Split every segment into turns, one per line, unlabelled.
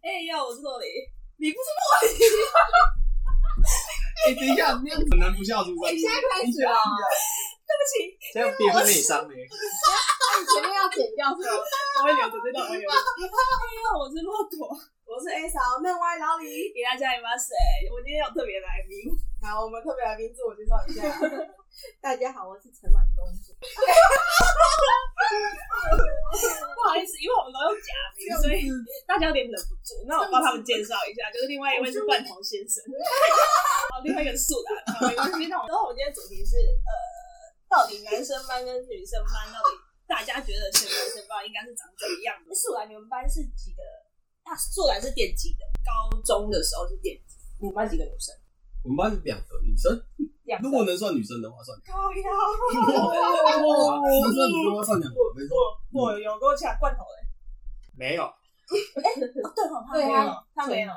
哎呀，我是洛琳，你不是
哎、等一下，那样子很难不笑出声。
你现在开始啊对
这样别会内伤的。
前面要剪掉是吗？
我会留着这段，我会留着。
不起，哎呀，我是骆驼，我是 A 嫂，嫩歪老李，给大家一把水。我今天有特别来宾，
好，我们特别来宾自我介绍一下。 大家好，我是陈满公主。
不好意思，因为我们都用假名，所以大家有点忍不住。那我帮他们介绍一下，就是另外一位是罐头先 生，好，另外一个是素 达，好没关系。那我们，然后我们今天主题是呃，到底男生班跟女生班到底大家觉得全男生班应该是长怎么样的？素兰，你们班是几个？啊，素兰是电几的？高中的时候是电几？你们班几个女生？
我们班是两个女生，
两个
如。果能算女生的话，算两
高 呀！
个。
哦
哇能算女生的话，算两个，没错。
我我有跟我抢罐头嘞。
嗯没有，
哦，对哦，他没
对啊
有，他没有。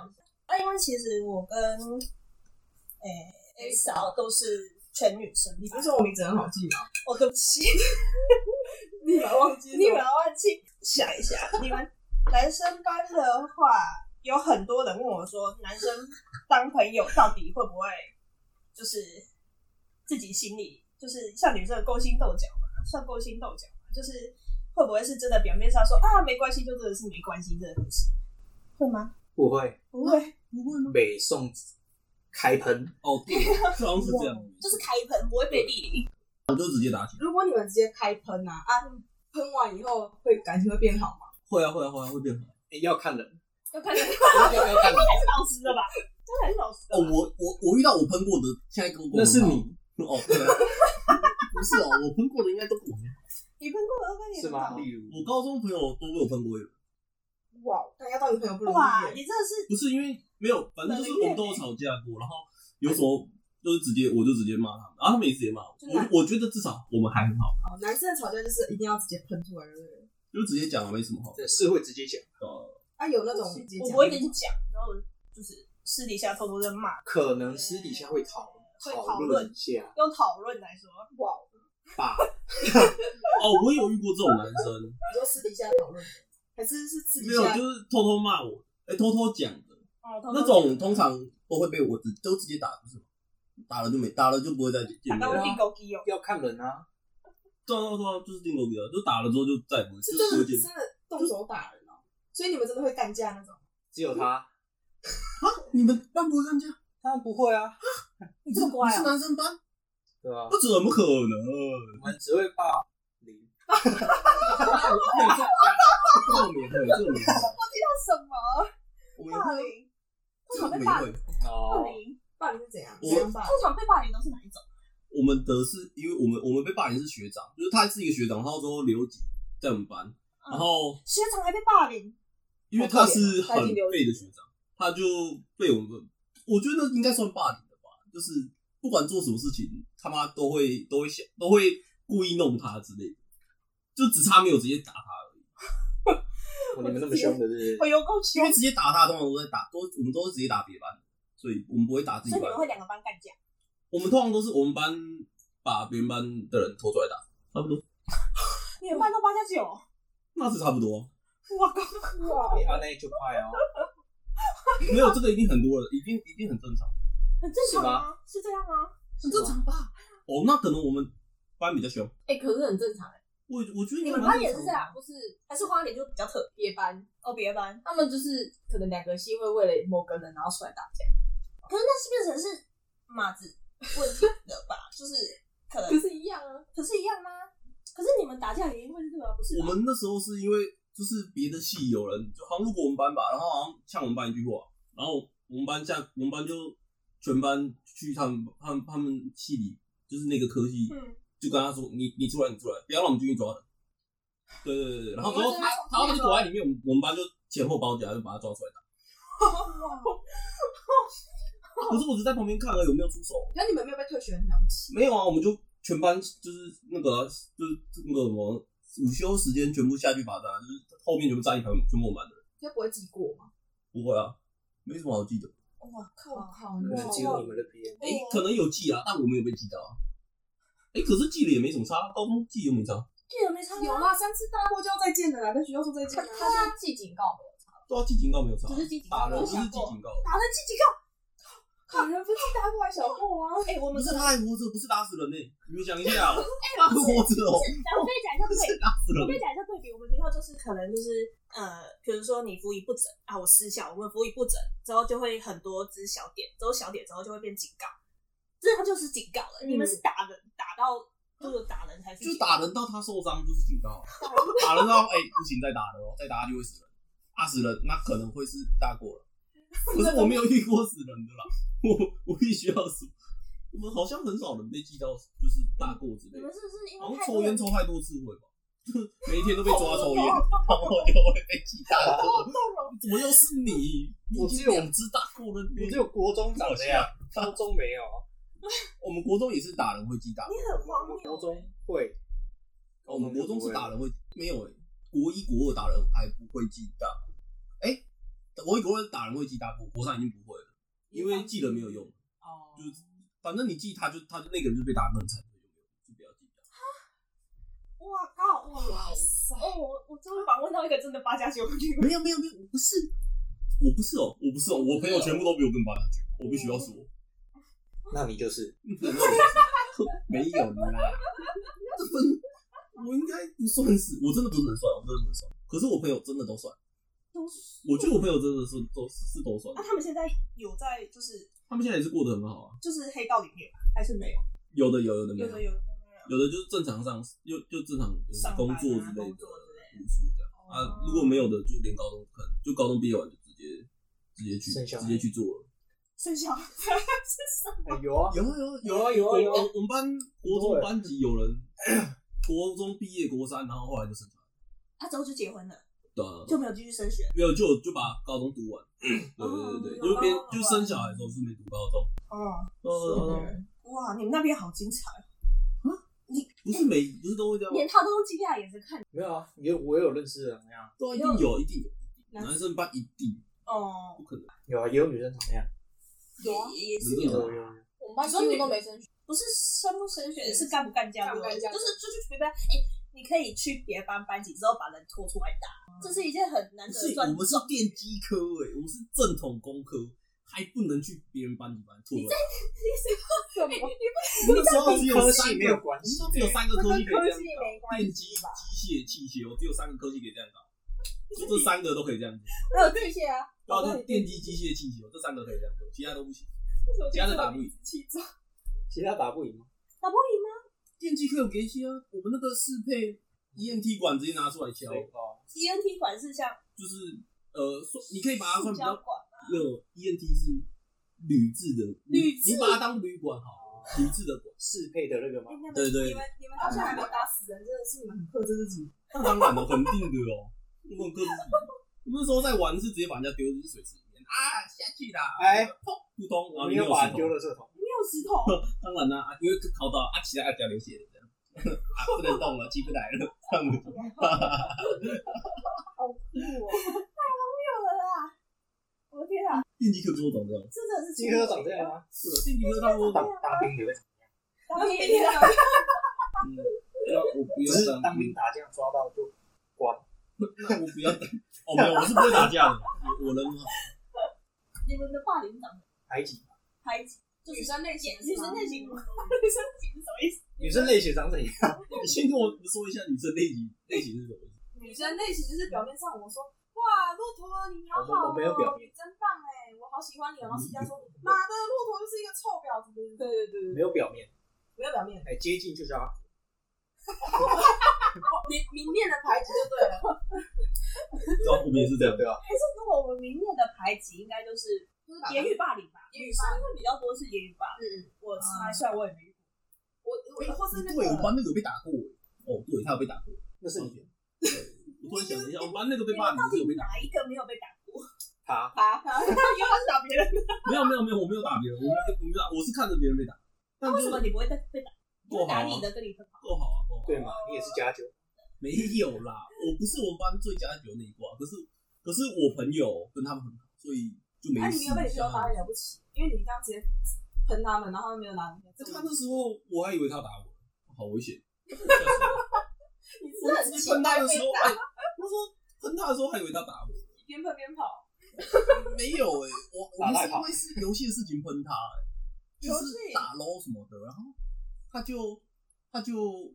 那因为其实我跟诶 A 嫂都是全女生，你不是
我名字很好记吗？
哦，对不 起，
立马忘记
你们要忘记想一下，你们男生班的话，有很多人问我说，男生当朋友到底会不会就是自己心里就是像女生的勾心斗角嘛，算勾心斗角嘛，就是会不会是真的表面上说啊没关系，就真的是没关系这回事，会吗？
不会，
不会，
不会吗？
北宋开喷，
哦，对，好像是这样。
就是开喷，不会被地理。
我就直接打起来。
如果你们直接开喷啊啊，喷完以后会感情会变好吗？
会啊，会啊，会啊，会变好。
诶要看人，
要看你是
要要看人。
老实的吧？真的还是老实的
哦，
吧。
我我我遇到我喷过的，现在跟我
那是你
哦，对啊不是哦，我喷过的应该都不
你喷过二分
是吗？例如
我高中朋友都被我喷过一轮，
哇，大家当女朋友不容
哇，
易耶。
啊你真的是
不是因为没有，反正就是我们都有吵架过，然后有什么就是直接我就直接骂他们，然后他们也直接骂我。
真的啊
我我觉得至少我们还很好，
哦男生的吵架就是一定要直接喷出来，对不对？
就直接讲了没什么好。
对，是会直接讲，
呃，
啊，有那种直接
我
讲
不会跟你讲，然后就是私底下偷偷在骂，
可能私底下会讨
会
讨
讨
论
论
一下
用讨论来说，哇，
吧。
哦，我有遇过这种男生，
你说私底下讨论的，还是是私底
没有，
下？
就是偷偷骂我，哎、偷偷讲的
哦，偷偷
那种，通常都会被我直都直接打，不是吗？打了就没，打了就不会再见面
打到
了。啊
地狗基哦，
要看人啊，
对啊对啊对啊，就是定格比较，就打了之后就再也不会，
是
就
真
不会
的
见
真
面。
的动手打人哦，所以你们真的会干架那种？
只有他，
你们班不会干架？
当然不会啊，
你
这么乖啊
是男生班？
对吧？
不怎么可能。
我们只会报零，
这种也会，这种也会，
那什么
我们也
霸
会，
凌？
这
通常
种我们
被
也
霸
会。
霸
哦，
凌，
霸凌是怎样？
我
怎样霸凌
通？常被霸凌都是哪一种？
我们的是，因为我们我们被霸凌是学长，就是他是一个学长，然后之后留级在我们班，然后
学长还被霸凌，
因为
哦
他是很废的学长，他就被我们，我觉得应该算霸凌的吧，就是不管做什么事情，他妈都会都会想都会故意弄他之类的，就只差没有直接打他而已，
哦你们那么凶的，是不
我
是？
有哎够凶
因为，直接打他通常都在打，都我们都是直接打别班的，所以我们不会打自
所以你
己班
们，会两个班干架，
我们通常都是我们班把别人班的人拖出来打，差不多，
你们班都八加九，
那是差不多。啊
哇靠，
你阿那就快哦，
没有这个一定很多人，一定一定很正常。
很正常啊，是这样啊，
很正常吧？
哦，那可能我们班比较凶，
哎、可是很正常哎、
我我觉得
你们
应该
班
蛮
也
正
是
常
这
的
样，不是
还是花莲就比较特
别班，
哦，别班。
他们就是可能两个系会为了某个人然后出来打架。
可是那是变成是马子问题了吧？就是可能，
是一样啊，
可是一样吗？可是你们打架的原因会是这个吗不是吧？
我们那时候是因为就是别的系有人，就好像路过我们班吧，然后好像呛我们班一句话，然后我们班下我们班就全班去他们他们他们系里就是那个科系，
嗯
就跟他说你你出来你出来，不要让我们进去抓人。对对对对，然后之后
你们
他
在那
他他就躲在里面，我们我们班就前后包夹就把他抓出来打。可是我只在旁边看了有没有出手，
那你们没有被退学很了不起，
没有啊，我们就全班就是那个啊就是那个什么午休时间全部下去把他，就是后面全部站一排全部我们班的人，
就不会记过吗？
不会啊，没什么好记
啊
的。
哇
哦
靠！
我靠，
可能只有你们的边，
哎、可能有记啊，但我没有被记到啊。哎、可是记了也没什么差，啊高中记又没差。
这个没差
有
吗？
啦，三次大过就要再见的啦，跟学校说再见啦。
他是记警告没有差吧？
对啊，记警告没有差，
只是记警告
打人只是记警告，
打人自己看，
可能不是打过来小过啊，
哎、我们
不是他还活着，不是打死人呢、你们想一下 哦，
哎、老
他
师，
活着哦，
我跟你讲一下
不
对
是打死
我跟
人，
你讲一下对比，我们学校就是可能就是呃，比如说你辅以不整啊，我失效，我们辅以不整之后就会很多只小点，之后小点之后就会变警告，这它就是警告了。
嗯
你们是打人打到就是打人才是警告，
就是打人到他受伤就是警告啊，打人到哎、不行再打了哦，再打他就会死人，打死人那可能会是大过了，可是我没有遇过死人的啦，我我必须要说，我们好像很少人被记到就是大过之类
你
的
们，是不是因
好
为
像
太
抽
多
烟
人
抽太多次会吧。每一天都被抓 抽烟，然后就会被记大过。怎么又是你？你已
我只
经
有
两只大过了，
我只有国中长这样，高中没有，啊
我们国中也是打人会记大过，哦
很
我们国中会，
我们国中是打人会没有哎、国一国二打人还不会记大，哎、国一国二打人会记大过，国三已经不会了，因为记了没有用，
哦
就是反正你记他就他就那个人就被打得很惨，就不要记他。
哇靠哇
塞
哦，我我终于访问到一个真的八加九的女人，
没有没有没有，我不是，我不是哦，我不是哦，我朋友全部都比我更八大局，我必须要说，
那你就是
没有啦，这分我应该不算是，我真的不是很算，我真的不能算，可是我朋友真的都算，
都
我觉得我朋友真的是都是是都算
啊那、，他们现在有在就是
他们现在也是过得很好啊，
就是黑道里面吗还是没有？
有的有，有的没
有的有的
有的就是正常上，又就正常就是
上班啊
工作之类
工
的，
作哦之类
读书这样啊。如果没有的，就连高中可能就高中毕业完就直接直接去
生小孩
直接去做了。
生小孩是什么？
哎有啊，
有啊有啊
有啊有啊有啊
我我们班国中班级有 人国中毕业国三，然后后来就生小孩，
啊，之后就结婚了，
对啊，
就没有继续升学。
没有就就把高中读完。对对对对，就边就生小孩的时候顺便读高中。
哦，
呃，
哇，你们那边好精彩。
不是每不是都会这样吗？
连他都惊讶，也是看
没有啊，你有我有认识的怎么样？
对啊，一定有，一定有，男生班一定
哦
不，可能。
有啊，也有女生怎么样？
有啊，
也也
是有
有有有，
我们班几乎都没升学，
不是升不升学，是干不干架，
干不干架
就是就是别班，哎、你可以去别班班级之后把人拖出来打，这是一件很难
不
得
是
的，
我
赚。
们是电机科诶、我们是正统工科，还不能去别人班级班吐了。
什么
我们那时候只有
跟科
三
系
个，
没有关系
我们只有三个科系可以这
这跟
样
科系没
搞，
关系
电机、
吧
机械、器械，我只有三个科系可以这样搞，就这三个都可以这样子。
还有这些啊，
然
哦
后电机、机械、器械，我这三个可以这样做，其他都不行，其他的打不赢。
其他打不赢吗？
打不赢吗？
电机科有给些啊，我们那个适配 EMT 管直接拿出来敲，
对哦，
TNT 管是像
就是呃，算你可以把它
塑
算比
胶
较
管，
那种 ENT 是铝制的，
铝制
你把它当铝管好，铝制的管。
适配的那个吗？
哎
对对
你们你们到现在还没打死人，真的是你们很克制自己。
那当然了，肯定的哦。我们各自，我们那时候在玩是直接把人家丢进水池里面啊，下去啦！
哎
砰，扑通，然后你
你
有
又把
石
它
头
丢。了这桶，
没有石头，
当然啦、啊，因为考到啊，其他要加流血的这样， 啊，不能动了，起不来了，这样子。
好酷哦！
我的天啊，
电击课多懂这样，
这真的是
金科长这样吗？
是的，电击课差不多
当
懂。
当兵的，
打不赢啊，
嗯，那我不
只
要
是
当
当兵打架抓到就关。
那我不要当。 哦，没有，我是不会打架的，我我人很好。
你们的霸凌长得
排挤嘛，
排挤，就是
生类型
女生类 型，女生型什么意思？
女生类型长怎样？
你先跟我说一下女生类型类型是什么？
女生类型就是表面上我说哇骆驼你好好、哦，
我没有表
你真棒哎，我好喜欢你哦。然后私下说妈的骆驼就是一个臭婊子，对对对
没有表面，
没有表面，
哎，接近就叫他
哦
明明面的排挤就对了。
对啊，我们也是这样。
对吧？
还是如果我们明面的排挤，应该就是
就是把
言语霸凌吧，
言语
女生
霸凌
会比较多是言语霸凌。
嗯，
我猜，虽然我也没遇
嗯
过，
我我
哎
或是那
对，我们
个啊
班那个有被打过。哦，对，他有被打过。
那是你
我突然想了一下，我们班那个被霸凌
到
是有
底
被打，
哪一个没有 被打过？
他
啊，
因为他是打别人，
没有没有没有，我没有打别人，我没有我没有打，我是看着别人被打。但
那为
就是
什么你不会被被打？你
够
会
好
打
啊
你的跟你分好，
够好啊，够好啊。
对嘛？你也是加九，
没有啦，我不是我们班最佳九那一挂，可是可是我朋友跟他们很好，所以就没
那你
事啊
没有被。
像
羞发了不起，因为你这样直接喷他们，然后他们没有拿你的
就
这
他那
个，
时候我还以为他打我，好危险。吓死我了 直
你真的很奇
接喷他
怪
的时候，哎，我说喷他的时候还以为他打我，
边喷边跑，
没有哎、我我们
打赖
是因
跑
为是游戏的事情喷他、欸，就
游
是
戏
打 LO 什么的，然后他就他就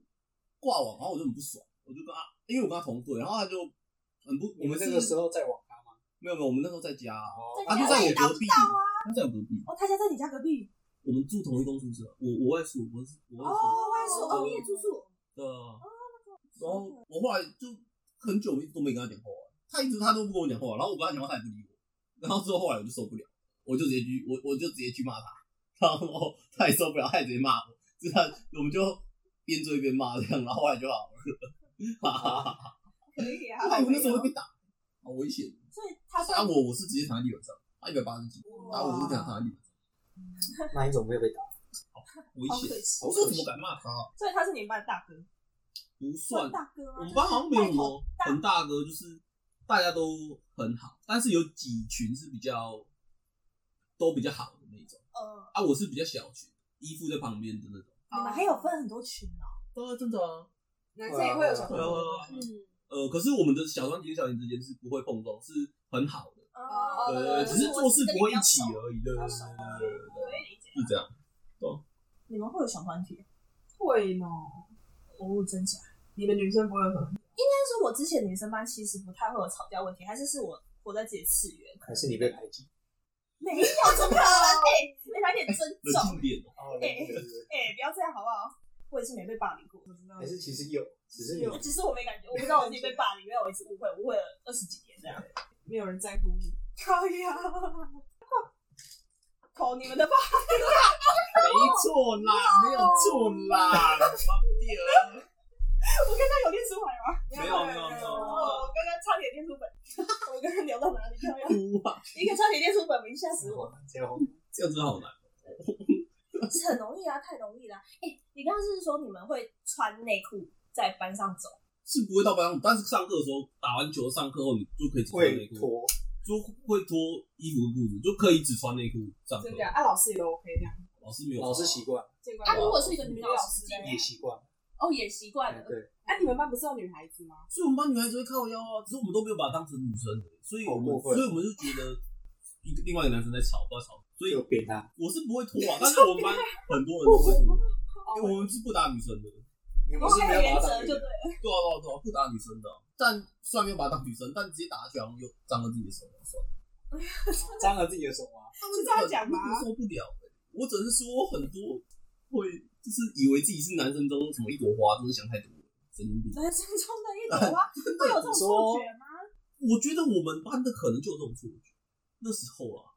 挂网，然后我就很不爽，我就跟他，因为我跟他同队，然后他就很不，我
你们
是
那个时候在网咖吗？
没有没有，我们那时候在家啊，
哦
他就在我隔壁，
啊
他在我隔壁，
哦，他家在你家隔壁
我们住同一栋宿舍，我我外宿，我是我外宿。
哦外宿
哦，你也住宿，
对啊。
哦
然后我后来就很久一直都没跟他讲话，他一直他都不跟我讲话，然后我跟他讲话他也不理我，然后之后后来我就受不了，我就直接去我我就直接去骂他，然后他也受不了，他也直接骂我，就他我们就边追边骂这样，然后后来就好了，哈哈哈哈。
可以啊。
后来 我那时候会被打，
啊
好危险，
所以他
打
算
我我是直接躺在地板上，他一百八十几，打我是这样躺在地板上，
哪一种没有被打？
危
好
险
可，惜。
我说怎么敢骂他啊？
所以他是你们班的大哥，
不算
大
啊
哥
我
吗？
们班好像没有什么很大哥，就是大家都很好，但是有几群是比较都比较好的那种。
呃
嗯
啊，我是比较小群，依附在旁边的那种。
你们还有分很多群哦。
对啊，真的啊。
男生也会有小
对啊
朋友。
对啊。
嗯，
呃，可是我们的小团体跟小团体之间是不会碰撞，是很好的。
哦
呃，只是做事不会一起啊
哦
而已。对对对对对对，
我也理解。
是这样。
你们会有小团体？
会呢，
哦，真假？
你的女生不会很
但是我之前女生班其实不太会有吵架问题，还是是我活在自己的次元。
还是你被排挤？
没有，怎么可能？哎、欸，来点尊
冷
重
静。点哦。
哦，对对对对，
哎、不要这样好不好？我也是没被霸凌过，我知道
还是其实有，只是你们
只是我没感觉，我不知道我自己被霸凌，因为我一直误会，误会了二十几年这样。
没有人在乎你。
靠呀！口你们的霸
没错啦，没有错啦，妈的！
那有念书本吗？
没有没有没有
哦，我刚刚差点念书本， 我刚刚聊到哪里？
哭啊！
一个差点念书本名，吓死我！
这样
这样真的好难。
是很容易啊，太容易啦、哎、你刚刚是说你们会穿内裤在班上走？
是不会到班上，但是上课的时候打完球上课后，你就可以只穿内裤，
会拖，
就会脱衣服裤子，就可以只穿内裤上课
真。的啊，老师也都 OK 这样。
老师没有，
老师习惯
这个
啊，
啊
如果是一个女老师进来
也，习惯，
哦，也习惯
哎
了。啊
对，
你们班不是有女孩子吗？
所以我们班女孩子会靠腰啊，只是我们都没有把她当成女生的，所以我
好
们
过分
所以我们就觉得一个另外一个男生在吵，不知道吵，所以
就扁他。
我是不会脱啊，但是我们班很多人都会脱，因为我们是不打女生的，啊
你
我
们是
们
没
有
有
原
把
则
他当
就
人
对了。
对啊对啊对啊，不打女生的啊、但虽然没有把她当女生，但直接打下去然后又脏了自己的手，算了，
脏了自己的手吗？
他
是这样讲吗
受不了、欸，我只是说很多会就是以为自己是男生中什么一朵花，真的想太多了，神经病。
男生中的一朵 花会有这种错觉吗？
我觉得我们班的可能就有这种错觉，那时候啊，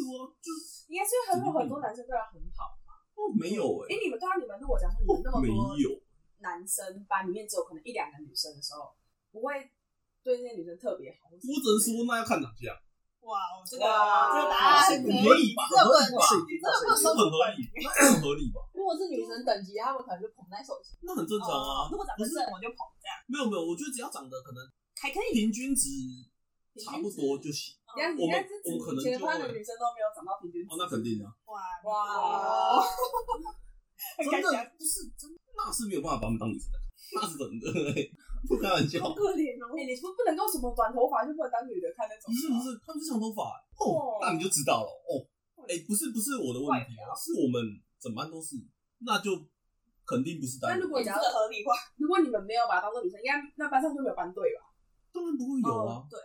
对啊，就是
应该是很有很多男生对他很好。
哦没有哎、
哎，你们对啊，你们如果假设你们那
哦
么
没
多
有，
男生班里面只有可能一两个女生的时候，不会对那些女生特别好。我
我只能说那要看哪家，
哇，哦，这个
哇
这个答案
很
可
合
以，
理
啊
吧？
这个
很合
问
理吧？
是一定
这
是
很合理，那很合理吧？
如果是女生等级，他们可能就捧在手心。
那很正常
哦
啊。
如果长得
不是
正，我就跑这样，
没有没有，我觉得只要长得可能
还可以。
平均值差不多就行。
这样
我
子，你
们
看这
我们可
几
能
全
就
班的
会
女生都没有长到平均值
哦，那肯定啊，
哇，
哇，
哦很
真
敢
的
想，
不是真的，那是没有办法把我们当女生的，那是真的、欸， 不开玩笑。
好可怜哦。
哎，你不不能够什么短头发就不能当女的看那
不
种
是
啊。
不是，他们是长头发、哦，那你就知道了哦。哎、不是不是我的问题啊，是我们整班都是，那就肯定不是单
那
人。
如果
这
假
个
设
合理化
如果你们没有把她当做女生，应该那班上就没有班队吧？
当然不会有
哦
啊，
对，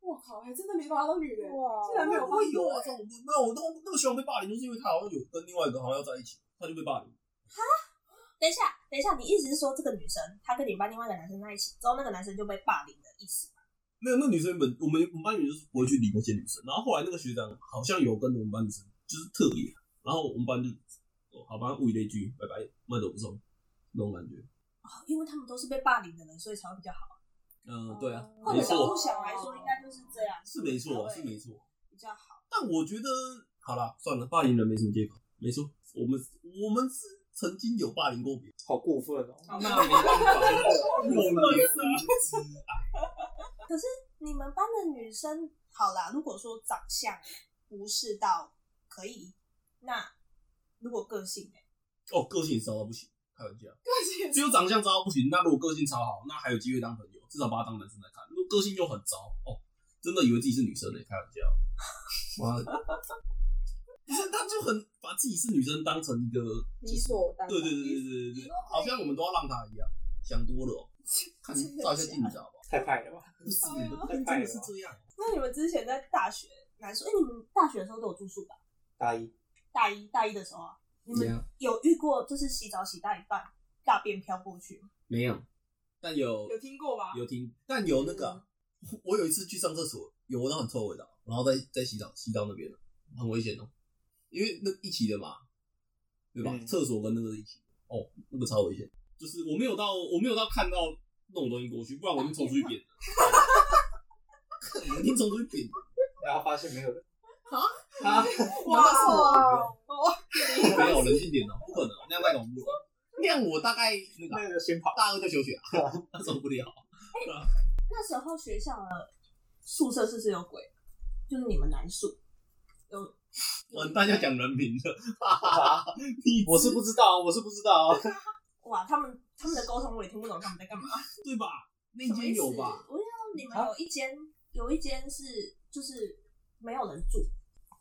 我靠，还真的没把她当女的。
哇
竟然没有
不会有啊，这种没有，我那那个学长被霸凌，就是因为他好像有跟另外一个好像要在一起，他就被霸凌。
等一下，等一下，你意思是说这个女生她跟你们班另外一个男生在一起之后，那个男生就被霸凌的意思吗？
没有，那女生本我们我们班女生是不会去理那些女生，然后后来那个学长好像有跟我们班女生就是特别，啊然后我们班就哦好吧，物以类聚，拜拜，慢走不送那种感觉。
哦，因为他们都是被霸凌的人，所以才会比较好。
嗯、对啊，
换
没
个角度，
错
想来说，应该就是这样。
是没错，是没
错，
错。
比较好。
但我觉得好啦，算了，霸凌人没什么借口，没错，我们我们是曾经有霸凌过别人，
好过分哦！
好
那没办法， 我们之
你们班的女生，好啦，如果说长相不是到可以，那如果个性呢、
哦，个性骚到不行，开玩笑。
对
只有长相糟不行，那如果个性超好，那还有机会当朋友，至少把他当男生来看。如果个性又很糟，哦，真的以为自己是女生呢、开玩笑，妈的，不是，他就很把自己是女生当成一个
理所当然
对对对对对对对，好像我们都要让他一样，想多了、哦，看照一下镜子好不好？
太派了吧？
不是，真的是这样，
那你们之前在大学来说，哎、你们大学的时候都有住宿吧？
大一
大一大一的时候啊，你
没
们
有
有遇过就是洗澡洗到一半大便飘过去吗？
没有，但有
有听过吧？
有听，但有那个啊、我有一次去上厕所，有闻到很臭的味道，然后再再洗澡，洗到那边了，很危险哦，因为那一起的嘛，对吧？
嗯
厕、所跟那个一起，哦，那个超危险，就是我没有到，我没有到看到那种东西过去，不然我就冲出去扁了， 我一定冲出去扁的，
然后发现没有人
啊
啊！
哇，哦
没有人性点哦，不可能，那样太恐怖了，那样我大概那个啊
那个先跑，
大二就休学啊， 那受不了。
那时候学校的宿舍是不是有鬼？就是你们男宿有
完蛋，要讲人名了， 你
我是不知道，我是不知道，
哇，他们他们的沟通我也听不懂他们在干嘛。
对吧？那间有吧？啊
我想到你们有一间、有一间是就是没有人住，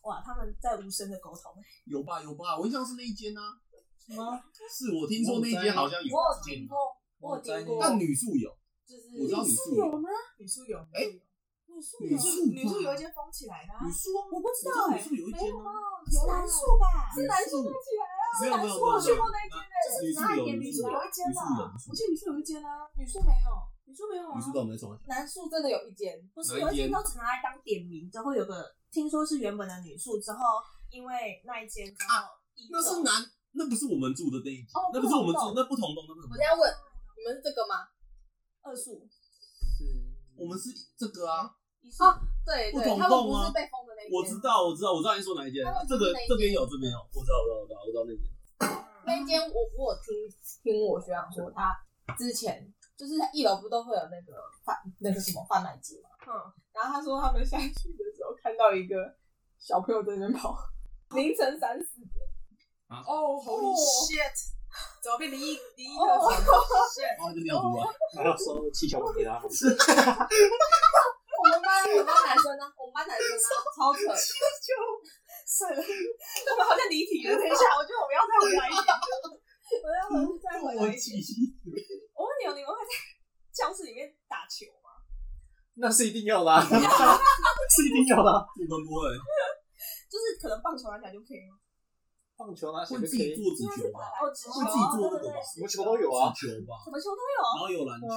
哇，他们在无声的沟通。
有吧有吧，我印象是那一间啊，
什么？
是我听说那一间好像有
我有
一
听
间，
过，我有听过，
但女宿有，
就是
我知道女宿有
吗？
女宿有，
哎
你宿
女宿
女宿有一间封起来的啊，
女宿啊，
我不知
我知
道哎、
道女宿有一间啊，
是男宿吧？
是男宿
起来啊，
没有没有没有，
我去过那一间
哎
女
就是哪
宿有
一间
女
女
宿
宿有一间
女宿有
啊，我记得女宿有一间啊，女宿没有，女宿没有啊
女，宿到底在什么？
男宿真的有一间，
不是有一间都只拿来当点名，之后有个听说是原本的女宿，之后因为那一间之后移走
啊那是男，那不是我们住的那一间
哦，
那不是我
不
们住
同，
那不同栋，那不同
我
栋，
要问你们是这个吗？
二宿，
我们是这个啊，
一宿
哦对
不
对，
同
他们不
栋啊
是被封的那一
我知
间，
道我知道，我知道你说哪一间
他，们
这个
住那一间
这边有这边有，我知道我知道我知道我知道那间，
那一间我我有听听我学长说，他之前就是一楼不都会有那个贩那个什么贩卖机嘛，
嗯，
然后他说他们下去的时候看到一个小朋友在那边跑，凌晨三四点，
啊
哦，Holy
哦
shit，怎么变灵异灵异
哦
特辑？shit，
哦，就尿出来，
然后收气球给他，
我们班我们班男生呢，啊我们班男生呢 超扯，
算了，我们好像离题了，等一下，我觉得我们要再回来 一点，我要回再
哦
回来一点。 我问你哦，你们 会在教室里面打球吗？
那是一定要 的啊，是一定要的啊。
我们不会，
就是可能棒球、篮球就可以吗？
棒球那些
会
就
自
可
己
以，
做纸球吧，
哦，直球，
会自己做那
对对
个吧
对，
什么球都有啊，
纸球吧，
什么球都
然
有，
后有篮球，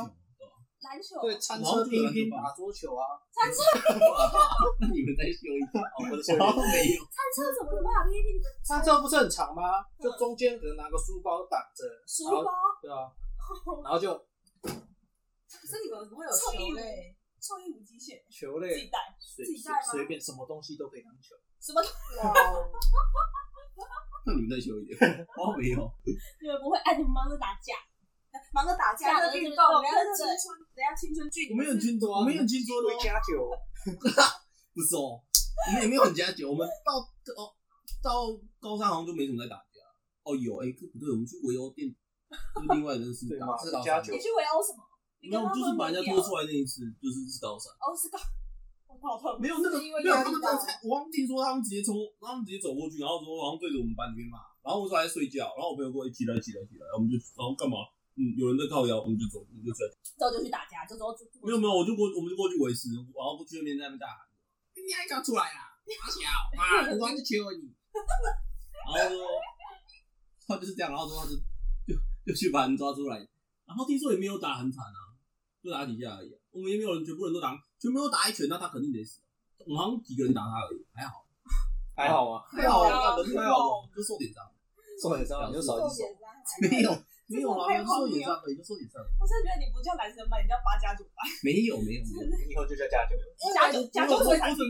对吧？
篮球、
对，餐车拼拼打桌球啊，
那你们再修一 下，
哦，我的
然后
球。
没有。
餐车怎么有办法拼拼的？
餐车不是很长吗？就中间可能拿个书包挡着，
书
然后
包、
对啊，然后就
可是你们不会有
创意舞
球类，
创意无极限，
球
自己
类
带。
随
自己带
随
吗
随便什么东西都可以当球，
什么？
哇哦，
那你们再修一点，哦，没有，
你们不会哎，你们忙着打架，
哎
忙着打架的运动，人家青春，人家青春剧，
我们有听说，我
啊
们有听说
回
的，
家球，
不是哦，我们也没有很加酒，我们到哦到高三好像就没怎么在打架，哦有，哎，不对，我们去围殴店，就是另外的那次
对
打
嘛
是高
加
三
酒
你，去围殴什么？你
没有
跟，他
就
说
是
你
把人家
屌
拖出来那一次，就是是高三，
哦，是高，我头好痛。
没有那个
是因为
没有
压力
他们
大
那个才，我忘记说他们直接冲，他们直接走过去，然后说好像对着我们班里面骂，然后我说还在睡觉，然后我朋友说哎起来起来起来，然后我们就然后干嘛？嗯，有人在靠腰，我们就走，我们就起来。
之后就去打架，就之后就
没有没有，我就过我们就过去维持，然后去那边在那边大喊：“你还搞出来啦，马 小啊，我光是求你。”然后说他就是这样，然后说他就就就去把人抓出来，然后听说也没有打很惨啊，就打几下而已啊、我们也没有人，全部人都打，全部都打一拳，那他肯定得死。啊我们好像几个人打他而已，还好，
还好啊，
还好啊，人还好，啊就受点伤，
受点哦伤你就少一只手，
没有没有啊，就受点伤而已，就受点伤，
我真的觉得你不叫男生班，你叫八加九班。
没有没有没有。
你以后就叫加球。
啊
加九加九
我
最
只能说，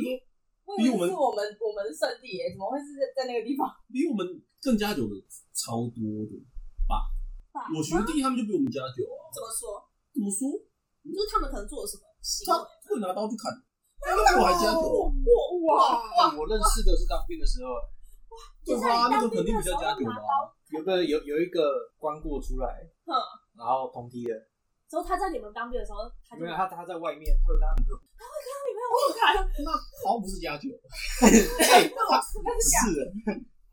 我以为是我们我们圣地耶，怎么会是在在那个地方？
比我们更加久的超多的吧
吧。
我学弟他们就比我们加久啊。
怎么说？
怎么说？
就是他们可能做了什么行
他
为？
会拿刀去砍，那我还加久。啊
哇哇！
我认识的是当兵的时候，
对
就是
吧？
你
那个
当
肯
兵
定
的
比
时
较
候
加久
拿刀
吧。
有个有有一个关过出来
哼，
然后同梯的，
之后他在你们当兵的时候，他就
没有他他在外面，他有他女朋友。
看
那好像不是啊家酒，
哎
那我真的假？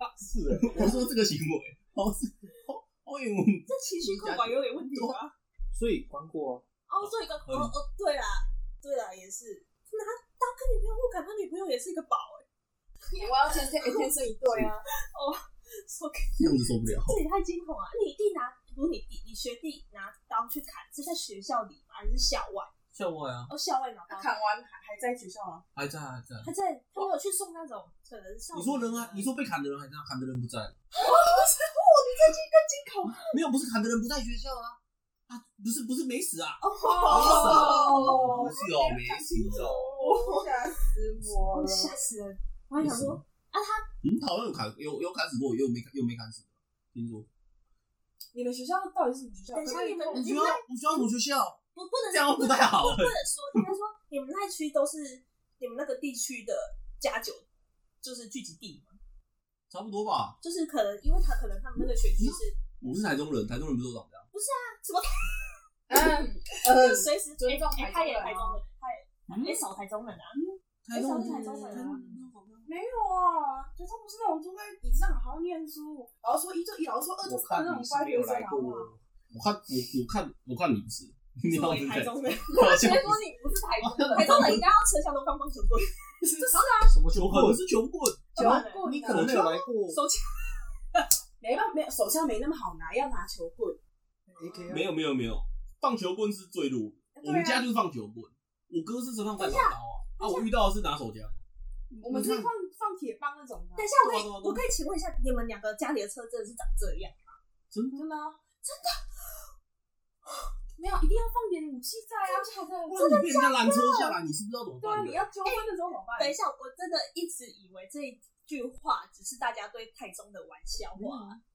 啊
是的，他是的，
我说这个行为，好像是好好有问
这情绪控管有点问题吧？
所以关过
哦，做一个
合理
哦哦，对啦，对啦，也是拿他跟女朋友互感，他女朋友也是一个宝哎、
我要天天天生一对啊，
说
这样子受不了。
这也太惊恐了！你弟拿，不是你弟，你学弟拿刀去砍，是在学校里吗？还是校外？
校外啊，
哦，校外拿刀
他， 砍完还还在学校 啊？
还在还在。
他在他没有去送那种可能少女
你说人啊
啊，，
你说被砍的人还在，砍的人啊不在。
惊恐
没有，不是砍的人不在学校啊，啊，不是不是没死啊，
哦
不是哦，没死哦。
吓死我
哦
了！
吓死人！我还想说，
嗯，好像有砍，有有砍死过，又没砍又没砍死，听说。
你们学校到底是什么学校？
等一下你们
可
我
是
们学校，我们学校什么学校？
不不能
这样
不
不太好
不不能说，应该说你们那区都是你们那个地区的家酒，就是聚集地嘛，
差不多吧。
就是可能因为他可能他们那个学区是
我是台中人，台中人不是都长这样？
嗯，
呃
就是随时
尊重
哎哎
台中人啊
他也台中人，他
嗯
也哎少台中人啊，
台中
台
人，
中人啊
台中人不是都长这样
没有啊，学校不是那种坐在椅子上好好念书，然后说一就一，然后说二哦就
我
二
看
那种
你是
乖
没
学
有
生
来
啊。
过，
我看我我看我看你不是，你
作
好
为
像
台
在。
中人，
好
结
像
果你不是台 中，台中人应该要
车厢都放放球棍，
什么
穷
球
棍
棍？
是穷棍，
球棍啊，
你可能没有来过
手枪
没办法，没有手枪没那么好拿，要拿球棍。
AK 啊
没有没有没有，棒球棍是最弱。我
啊
们家就是棒球棍，我哥是身上带把刀啊，啊，我遇到的是拿手枪。
我们是放放铁棒那种
等
的
一
啊，
下，我可以我可
对啊对啊对啊
以请问一下，你们两个家里的车真的是长这样？
真的
真的啊
没有，一定要放点武器在啊，
不然你被人家拦车下来，你是不知道怎么
对
办
啊，
的。
你要纠纷的时候怎么办？
等
哎
一下，我真的一直以为这一句话只是大家对台中的玩笑话，欸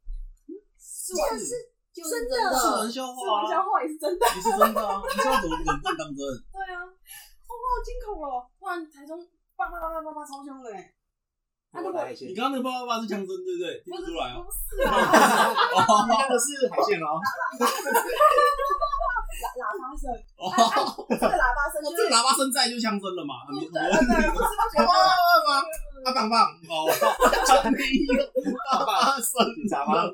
是玩是
就是
真的
玩笑
是玩
话
笑
啊，
话也是真的。
你是真的啊，你知道怎么怎么不能当真？
对啊，我好惊恐哦！不然台中叭叭叭叭叭叭超凶的哎，
那我来一些
你，刚刚那个爸爸爸是枪声，对不对？听
不
得
是
出来啊？
不是啊，
那个是海鲜哦，
喇喇叭声，
哦，
这个喇叭声
我
就
这个
是
喇叭声在就枪声了嘛，很明
对对对，不是他觉
哇
得
哇哇！啊棒棒哦，没有爸爸声，
警察吗？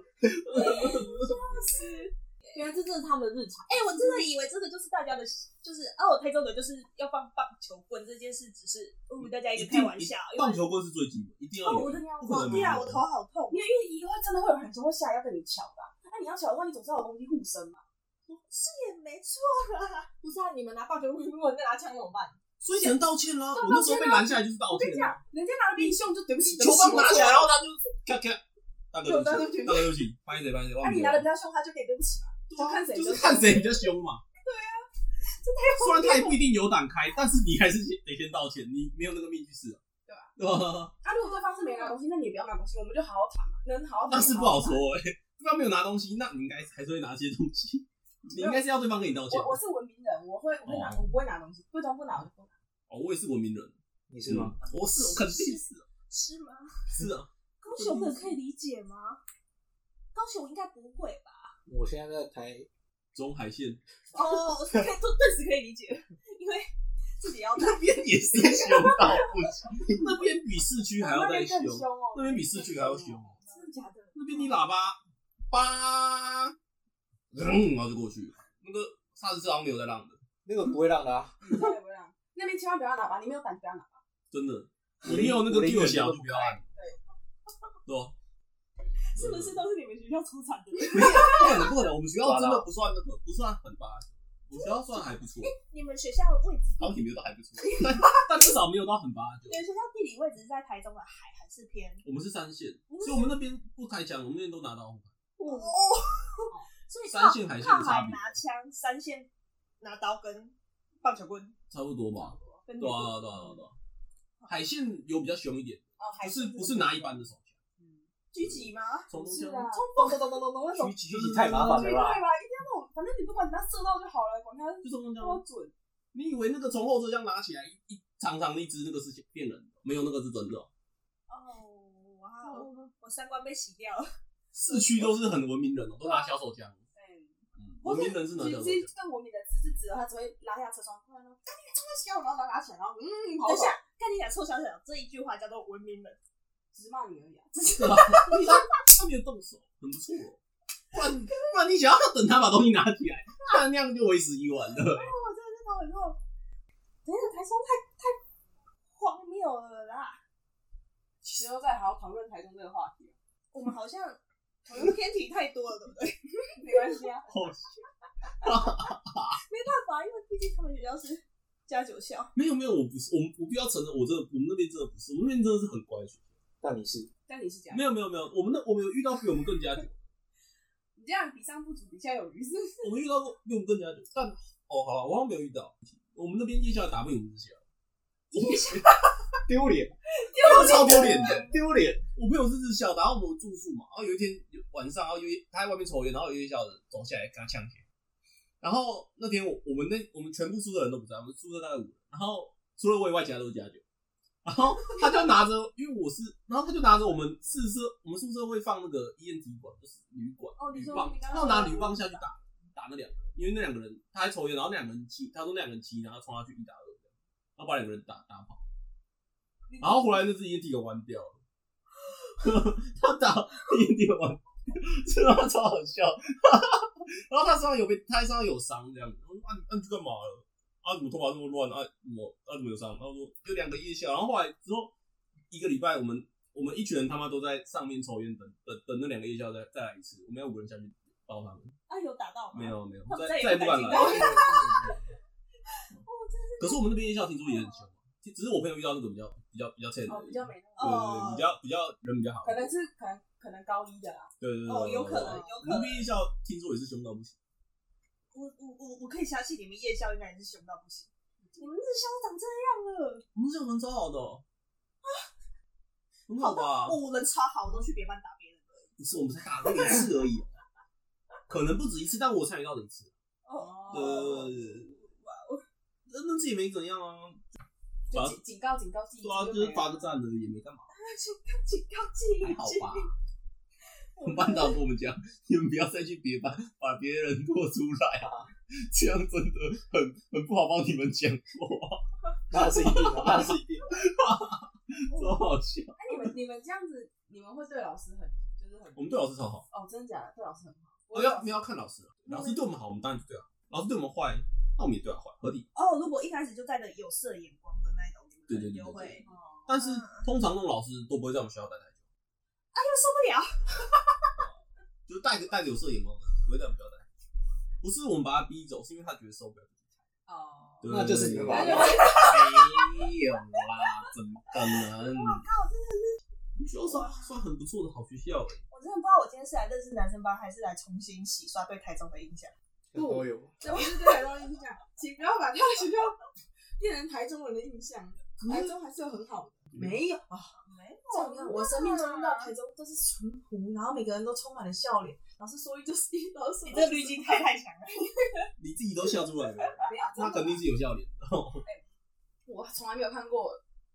原来这真的是他们的日常。
哎、我真的以为这个就是大家的，就是哦，台中的就是要放棒球棍这件事，只是嗯大家一
一
个
定
开玩笑，因为
棒球棍是最基本，一定要
哦，
有
我。的娘，
不可能
对啊，
没有
我头好痛，因为因为一个会真的会有很多会下来要跟你抢的啊，那你要抢的话，你总是要有东西护身 嘛。
是也没错，
不是啊，你们拿棒球棍，如果你再拿枪怎么办？
所以只能道歉啦。我那时候被拦下来就是道歉啊。
人家拿的比你凶，就对不起，
球棒拿起来，然后
了。
他就咔咔，大哥
有大哥
对不起，大哥对
对不起
不起，拍谁拍谁，
那
忘
你
记
拿的比
了。啊
较凶，他就可以对不起嘛。就看谁
就是看谁比较凶嘛。虽然他也不一定有胆开，但是你还是先得先道歉，你没有那个命去试啊。对吧？
啊，如果对方是没拿东西，那你也不要拿东西，我们就好好谈嘛，能好好
但
谈。
是不好。说哎，对方没有拿东西，那你应该还是会拿些东西，你应该是要对方跟你道歉。
我我是文明人，我会我会拿，我不会拿东西，对方不拿我就不拿。
哦，我也是文明人，嗯
你是吗？？
我是，我肯定是，
是吗？
是啊，
高雄的可以理解吗？高雄应该不会吧？
我现在在台，
中海线
哦，可以 顿顿时可以理解，因为自己要
那边也是凶到不行，那边比市区还要
那
再
边
凶
更，凶哦，
那边比市区还要凶。
真的假的？
那边你喇叭叭，嗯，然后就过去了。那个刹车车好像没有在浪的，
那个不会让的啊，
你知道不让？那边千万不要喇叭，你没有胆不要拿。
真的。你没有那个
我连
技
远
巧
都
就不要按，对吧？
是不是都是你们学校出产的？
没有，不可能，不可能。我们学校真的不算那个，不算很八，我们学校算还不错，
你们学校的位置，
好像也没有到还不错，但但至少没有到很八九
你。们学校地理位置是在台中的海还是偏？
我们是三线，所以我们那边不开枪，我们那边都拿刀。
哦，所以
三线海线
靠
的差
海
别
拿枪，三线拿刀跟棒球棍，
差不多吧？
跟
对啊，对啊，对啊，对啊。海线有比较凶一点，
哦，还
不是不是拿一般的手枪，
狙击吗？
冲锋
是
枪
啊，冲锋，咚咚咚咚咚那种啊
狙。击狙击太麻烦
哦对
了
吧？
吧？
一定要那种，反正你不管怎样射到就好了，管他
就冲锋枪啊
多。准。
你以为那个从后车厢拿起来一一长长的一支那个是骗人的？没有，那个是真的哦。
哦，哇哦，我三观被洗掉了。
市区都是很文明人哦，都拿小手枪。
嗯，
嗯，文明人是哪
其
条路？
实更文明的只是指他只会拉下车窗，突然说：“赶紧冲个小，然后把他拉起来，然后嗯，
等一
等一
下
下，，
看你俩臭小小这一句话叫做文明人，
只是骂你而已啊。
对吧？你看他没有动手，很不错哦。不然不然你想要等他把东西拿起来，不然那样就为时已晚了。
我真的是到以后，等一下台中太太荒谬了啦！其实都在好好讨论台中这个话题，
我们好像好像偏题太多了， 对不对？
没关系啊，
好
没办啊法，因为毕竟他们学校是加九校，
没有没有，我不是，我们我必须要承认，我真的我们那边真的不是，我们那边真的是很乖的学校。
但你是
但你是这样，
没有没有没有，我们那我们有遇到比我们更加久，
你这样比上不足，比下有余，是不是？
我们遇到过比我们更加久，但哦好了，我好像没有遇到。我们那边夜校打不赢我们夜校，
丢脸，
他们超丢脸的。
丢脸，
我朋友是日校，然后我们住宿嘛，然后有一天晚上，然后有一他在外面抽烟，然后有一校人走下来跟他呛起来。然后那天我我们那我们全部宿舍人都不在，我们宿舍大概五人，然后除了我以外，其他都是家酒。然后他就拿着，因为我是，然后他就拿着我们宿舍我们宿舍会放那个 EMT 管，就是铝管，
哦你
铝
说
棒
你，刚
他
刚
要拿
说
铝棒下去打打那两个人，因为那两个人他还抽烟，然后那两个人骑，他说那两个人骑，然后冲下去一打二，然后把两个人打打跑。然后回来那只烟蒂给弯掉了，他打烟蒂给弯， 真的超好笑。 然后他身上有被，他身上有伤这样子。我说啊，你啊你去干嘛了？啊，怎么头发这么乱？啊，我啊怎么有伤？他说有两个腋下。然后后来之后一个礼拜，我们我们一群人他妈都在上面抽烟，等等等那两个腋下再再来一次。我们要五个人下去抱他们。
啊，有打到吗？
没有没有
他，们
再
再
再
也
也
不
不
敢
敢
进
来。
来
可是我们那边夜校听说也很凶，啊只是我朋友遇到那种比较比较比较欠的
哦，
人，
比较没那
哦
对对对，
么，
比较比较人比较好。
可能是可能可能高一的啦，
对对对，
哦
对
有可能
对对
有可
我们夜校听说也是凶到不行，
我我我我可以相信你们夜校应该也是凶到不行。你们日校都长这样了，
我们校门超好的哦，很好吧？
哦我人超好，我都去别班打别人了。
不是，我们才打过一次而已哦，可能不止一次，但我参与到的一次。
哦
对
呃
对对对对，那那次也没怎样啊，
就警警告警告记一次
对啊，
就
就是
没了
罚个站而已，也没干嘛，
警告记
还
一
好
记，
哎
吧？我们班导跟我们讲，你们不要再去别班把别人拖出来啊，这样真的很很不好帮你们讲话，
那是一定的，那是一定的。
哦
超好笑。
那你们你们这样子，你们会对老师很就是很
我们对老师超好。
哦，真的假的？对老师很好。
我要没有要看老师了，老师对我们好，我们当然就对啊；老师对我们坏，那我们也对他啊坏，合理。
哦，如果一开始就带着有色眼光的那种，你们可
对
能
对对
就会
对对
哦，
但是通常那种老师都不会在我们学校待太久，
哎呀受不了，
就是带着带着有色眼光的，不会在我们学校待太久。不是我们把他逼走，是因为他觉得受不了。
哦，
对
那就是你们把他
没
逼
有
走
啦，怎么可能？ 我靠，真的是，学校算算很不错的好学校哎、
我真的不知道我今天是来认识男生班，还是来重新洗刷对台中的印象。
都有，
这不是对台中印象，请不要把他的学校变成台中人的印象。台中还是有很好的，啊
没有啊，没有，
哦我生命中遇到台中都是淳朴，然后每个人都充满了笑脸。老师说一就是一，老师说
你这滤镜太太强了。
你自己都笑出来了，
不要，
那肯定是有笑脸的。
我从来没有看过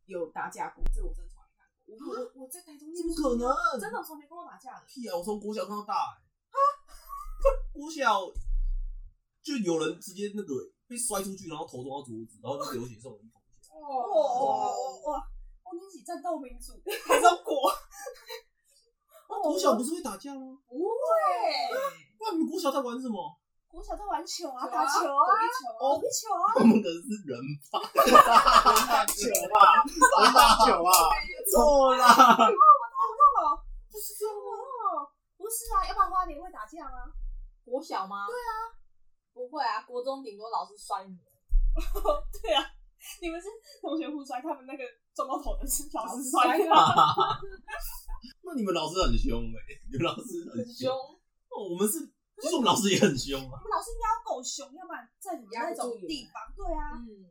有打架过，这我真的从来没看过。我我我在台中
怎么可能？
真的我从来没跟我打架的。
屁啊！我从国小看到大、欸， 国小就有人直接那个、欸被摔出去，然后头撞到桌子，然后就流血送我一头血。
哦
哇
哇
哇哇！
我跟你一起战斗民族，
台中国，
国小不是会打架吗？
对，
不然你们国小在玩什么？
国小在玩球啊，
啊
打球
躲
啊，
避球啊
躲避球啊，
我们可是人
打球啊，打球啊，
错啦，
不是这样哦，不是啊，要不然花莲会打架吗？
国小吗？对啊，不会啊，国中顶多老师摔你，
对啊，你们是同学互摔，他们那个撞到头的是老师啊
老
摔
师摔
的
的。
那你们老师很凶哎、欸，你们老师很
很
凶。，
凶
哦，我们是，其实我们老师也很凶啊。
我们老师应该要够凶，要不然在你们那种地方，对啊，
嗯，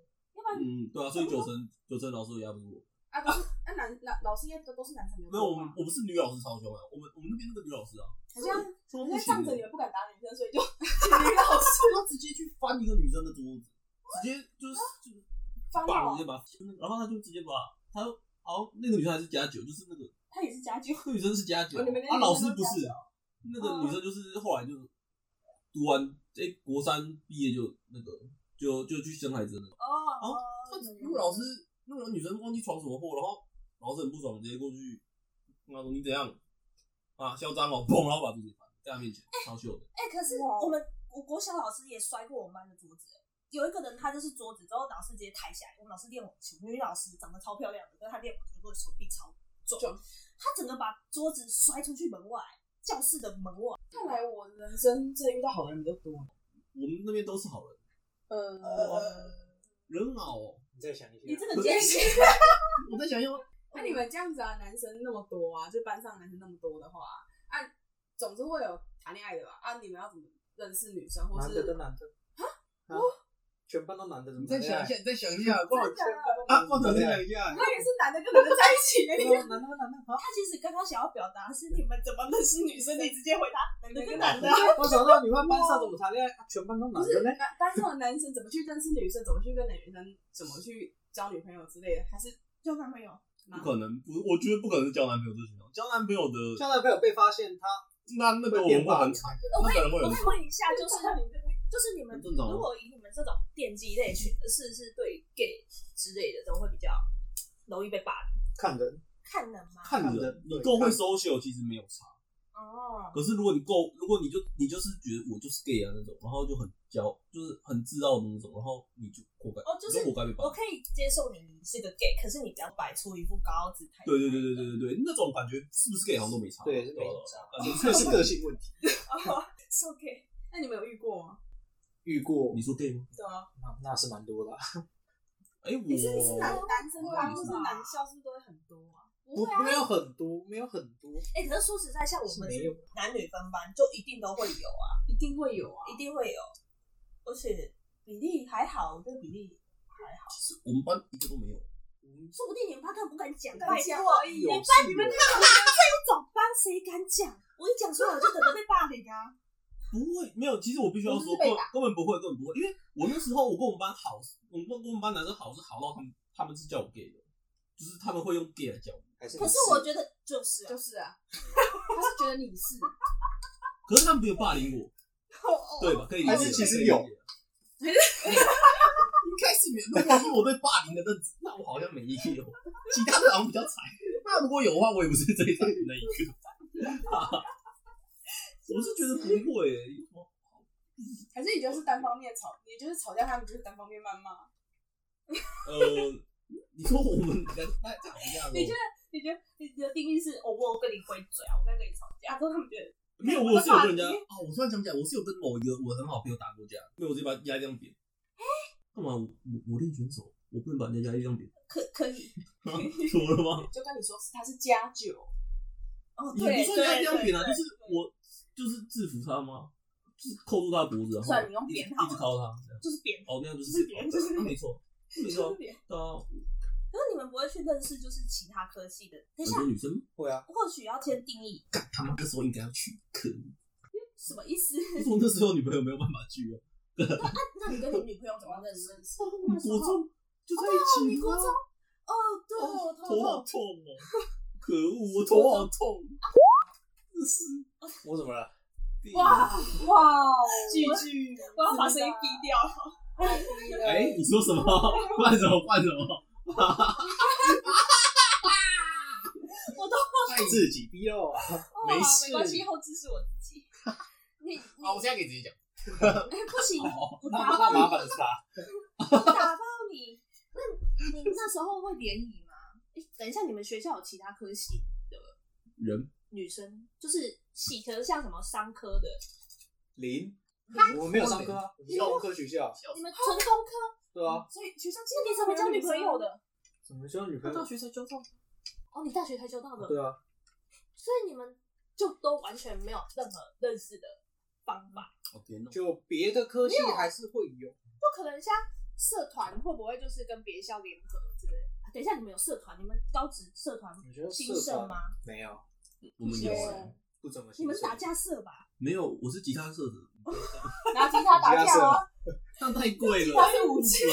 嗯，对啊，所以九成九成老师也压不住我。
啊不是，啊男男老师应该都都是男生，
没有，我们我们是女老师超凶啊，我们我们那边那个女老师啊，
好像
凶到不
人家
行
仗着
欸、
你们不敢打女生，所以就
他直接去翻一个女生的桌子，直接就是就是
翻
绑
了
直接。把她，然后他就直接把他，好像那个女生还是加九，就是那个
他也是家教，
那个女生是加九，
哦你们那
啊
个
老
女
师
生都
不
加
是，那个女生就是后来就读完哎、国三毕业就那个就就去生孩子了。
哦，
他如果老师那个女生忘记闯什么祸，然后老师很不爽，直接过去跟他说你怎样啊，嚣张哦，砰，然后把桌子翻在他面前，超秀的。
哎、可是
哇
我们我国小老师也摔过我们班的桌子、欸有一个人他就是桌子之后，老师直接抬起来。我们老师练网球，女老师长得超漂亮的，但她练网球都手臂超壮，她整个把桌子摔出去门外，教室的门外。
看来我人生真的遇到好人比较多。
我们那边都是好人，
哦
啊
呃，
人好哦。
你再想一下，
你这么艰辛，
我在想想，
那你们这样子啊，男生那么多啊，就班上男生那么多的话，啊，总是会有谈恋爱的吧？啊，你们要怎么认识女生，或
男的
是
跟男的啊，全班都男的，怎么
你再想一下，你再想一 下，冠
全班
啊，
都
冠
男
总，
的，
你想一
对
下，
他也是男的跟男的在一 起
对对男的跟男的啊，
他其实刚刚想要表达是你们怎么认识女生？你直接回答男的跟男的。
我想到你们班上怎么谈恋爱，全班都男
不
的
是
呢？
班班上的男生怎么去认识女生，怎么去跟女生，怎么去交女朋友之类的，还是
交男朋友，
不可能，不，我觉得不可能是交男朋友这情况，交男朋友的
像男朋友被发现，他
那那个我们会很惨，那可能会
我
很
可以
惨。
问一下，就是就是你们
很正常啊
如果以你们这种电击类群的事，是对 gay 之类的都会比较容易被霸凌，
看人，
看人吗？
看
看
人
人，
你
对
够会
看
social 其实没有差。
哦，
可是如果你够，如果你就你就是觉得我就是 gay 啊那种，然后就很骄，就是很自傲的那种，然后你就活该，
哦就是
你活该被
我
绑。
可以接受你是个 gay，可是你不要摆出一副高傲姿态。
对对对对对对对，那种感觉是不是 gay 好像都没差，啊
对是
吧
没
感觉
这是个性问题。
是 OK。
那你们有遇过吗？
遇过
你说 gay 吗？
对啊，
那那是蛮多的，
哎，我
你是你是男男生班或
我
是男校是不是都会很多啊？
不没有很多，没有很多，
哎、可是说实在，像我们
是没有
是男女分班，就一定都会有啊，
一定会有啊。
一定会有，而且比例还好，我觉得比例，
其实我们班一个都没有，
说不定你们班根本不敢讲，
敢
拜
讲
托，
有
你们
是
班你
有
们那这种班谁敢讲？我一讲出来，我就等着被霸凌啊！
不会没有。其实我必须要
我们
说，
是被
根根本不会，根本不会，因为我那时候我跟我们班好，我们跟我们班男生好是好到他们他们是叫我 gay 的，就是他们会用 gay 来叫我。
还是
可是我觉得就是、啊
就，是啊，他是觉得你是，
可是他们没有霸凌 我，对吧？可以理解。
还是其实有
可以理解应该是没有。如果说我对霸凌的认知，那我好像没有。其他的好像比较惨。那如果有的话，我也不是最惨的那一个。我是觉得不会、欸有什么
还是你就是单方面吵，你就是吵架，他们就是单方面谩骂。
呃，你说我们两个在吵架吗？
你觉得你觉得你的定义是，哦，我有跟你回嘴啊，我在跟你吵架，之后他们觉得
没有，我是有跟人家啊，我突然想起来，我是有跟某一个我很好朋友打过架，没有，我直接把他压力这样扁。
哎
干嘛？我我我练选手，我不能把人家压力这样扁，
可可以，
怎么了吗？
就跟你说是他是加九，
哦，
也
对
不算压
对
力这样
对，
扁啊，就是我就是制服他吗？就是扣住他脖子，然后
算了你用扁好了
一直靠 他这样。
就是扁，
哦，那样就是
就是扁就是
啊没错，
就
没错
是，扁。
对啊，
可是你们不会去认识就是其他科系的，等一
很
下
多女生
会啊，
或许要先定义
干他妈那时候应该要去，可恶！
什么意思？
可是我那时候女朋友没有办法去啊，
那你跟你女朋友怎么认 识？
我国中就在一起，
你国中哦，对，我头
头好
痛。
痛 哦，可恶，我头好痛，
我怎么了？
哇！
哇，
句句，我要把声音逼掉。
哎，你说 什么？换什么？换什么？
爱自己逼哦，
没
哇
事
没关系，后置是我自己。 你你
啊，我现在可以直接讲，
不行，
好，
我
那
打
那
爆
麻烦是他，
我打爆你。那你那时候会联谊吗？哎等一下，你们学校有其他科系
人
女生，就是系科，像什么商科的，
零，我们没有上课啊，我们是工科学校，
你们纯工科，
对啊，
嗯
所以学校今
那你怎么交女朋友？的？
怎么交女朋
他
友
大？学才交到，
哦，你大学才修到的，
对啊，
所以你们就都完全没有任何认识的方法，
好甜哦，
就别的科系还是会有，
不可能像社团会不会就是跟别校联合之类的？啊等一下，你们有社团？你们高职社团
我觉得
兴盛
社团
吗？
没有，
我们有哎。
不怎么兴盛。
你们是打架社吧？
没有，我是吉他社的，
拿吉他打架哦吗？
哎那太贵了。
他是武器，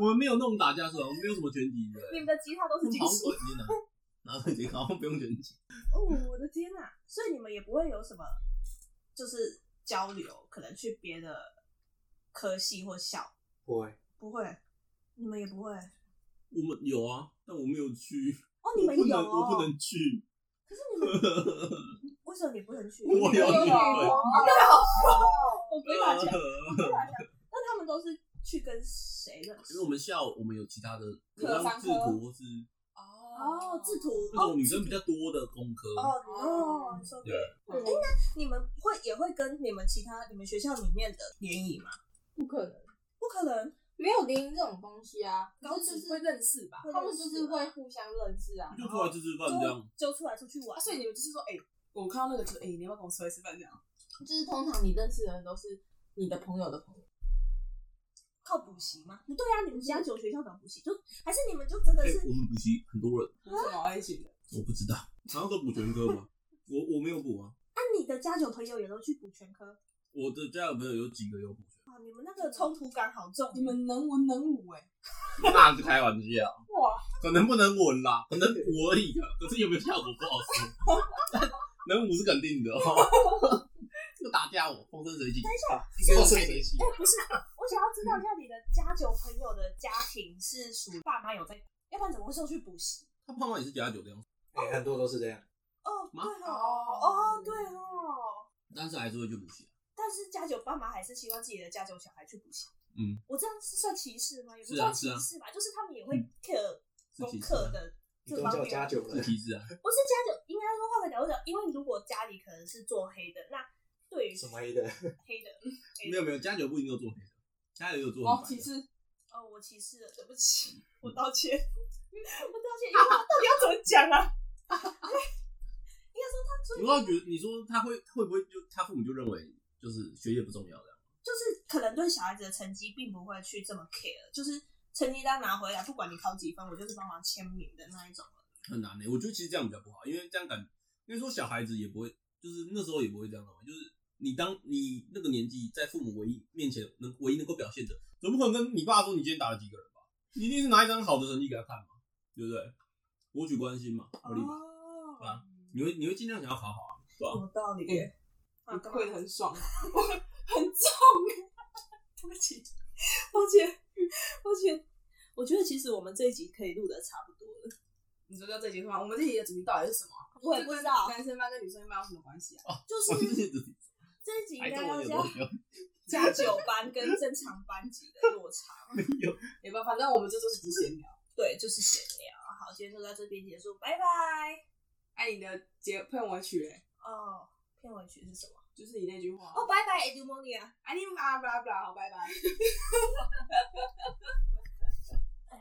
我们没有那种打架社，我们没有什么拳击的。
你们的吉他都
我
是
们
金
好像
属。
都已经拿拿到这个，好像不用拳击。
哦，我的天哪、所以你们也不会有什么就是交流，可能去别的科系或校？
不会，
不会，你们也不会哦，
我们有啊，但我没有去，
你们
我不
有
能，
哦，
我不能去，
可是你们 为什么你不能去？
我有女朋友。
我没法讲，我
啊
没法讲。那他们都是去跟谁认识
因为？我们下午我们有其他的，有
课
像制图或是
哦，制图
那种女生比较多的工科，
哦哦，你说对
对。
哎，那你们会也会跟你们其他你们学校里面的联谊吗？
不可能，
不可能，
没有联谊这种东西啊。
高
可
职
是就是
会认识吧？
他们就是会啊互相认识啊。
就出来吃吃饭这样。
就出来出去玩
啊，。所以你们就是说，哎、我看到那个就是，哎、你要不要跟我出来吃饭这样？
就是通常你认识的人都是你的朋友的朋友，
靠补习吗？不对啊，你们家九学校哪补习？就还是你们就真的
哎、
是
我们补习很多人，
为什么要一起的？
我不知道，好像都补全科嘛。我我没有补啊，
啊？你的家九朋友也都去补全科
我的家有朋友有几个有补全
啊？你们那个冲突感好重。
你们能文能武哎、
科，那是开玩笑。哇，可能不能稳啦，可能补而已啊，可是有没有效果不好说。但能补是肯定的哦。这个打架我风生水起，
风生水起
哎，，不是，我想要知道一下你的家九朋友的家庭是属于爸妈有在，要不然怎么会送去补习？
他胖胖也是加九这样，
哎，很多都是这样。
哦，对
妈
哦，哦，对哦。
但是还是会去补习。
但是家九爸妈还是希望自己的家九小孩去补习。
嗯，
我这样是算歧视吗？也不
是啊嗯
算歧视吧，就是他们也会 care
是歧
功
视啊
课的
你
这
都
方
叫
面。
家酒
是
了，
歧视啊，
不是家九，应该说换个角度讲，因为如果家里可能是做黑的，那对于
什么 A 的？
黑的，
没有没有，加九不一定都做黑的，加九有做
哦
黑，
欸
其实
哦，我歧视了，对不起， 我道歉，我道歉，因为他
到底要怎么讲啊？
应该说他所以
你要觉得你说他会会不会就他父母就认为就是学业不重要的，
就是可能对小孩子的成绩并不会去这么 care，就是成绩单拿回来，不管你考几分，我就是帮忙签名的那一种。
很难欸呢、我觉得其实这样比较不好，因为这样感，因为说小孩子也不会，就是那时候也不会这样的嘛，就是你当你那个年纪在父母唯一面前能唯一能够表现的，总不可能跟你爸说你今天打了几个人吧？你一定是拿一张好的成绩给他看嘛，对不对？博取关心嘛，合理吧？
哦
对啊你会你会尽量想要 考好啊，对吧、
有道理
耶
啊，干嘛
跪的很爽啊，
很重啊！ 对不起，抱歉，抱歉。我觉得其实我们这一集可以录的差不多了。
你说到这节课吗？我们这节的主题到底是什么啊？
我也不知道
这跟男生班跟女生班有什么关系啊？
我这些只是
这一集应
还
该
中
要
文有
加
多有
加九班跟正常班级的落差。
也不，反正我们这就是只是闲聊。
对，就是闲聊。好，今天就到这边结束，拜拜。
哎，你的结片尾曲嘞，
哦，片尾曲是什么？哦
就是你那句话啊。啊
哦，拜拜，Edumonia。
哎，你啊，不啦不啦，好，拜拜。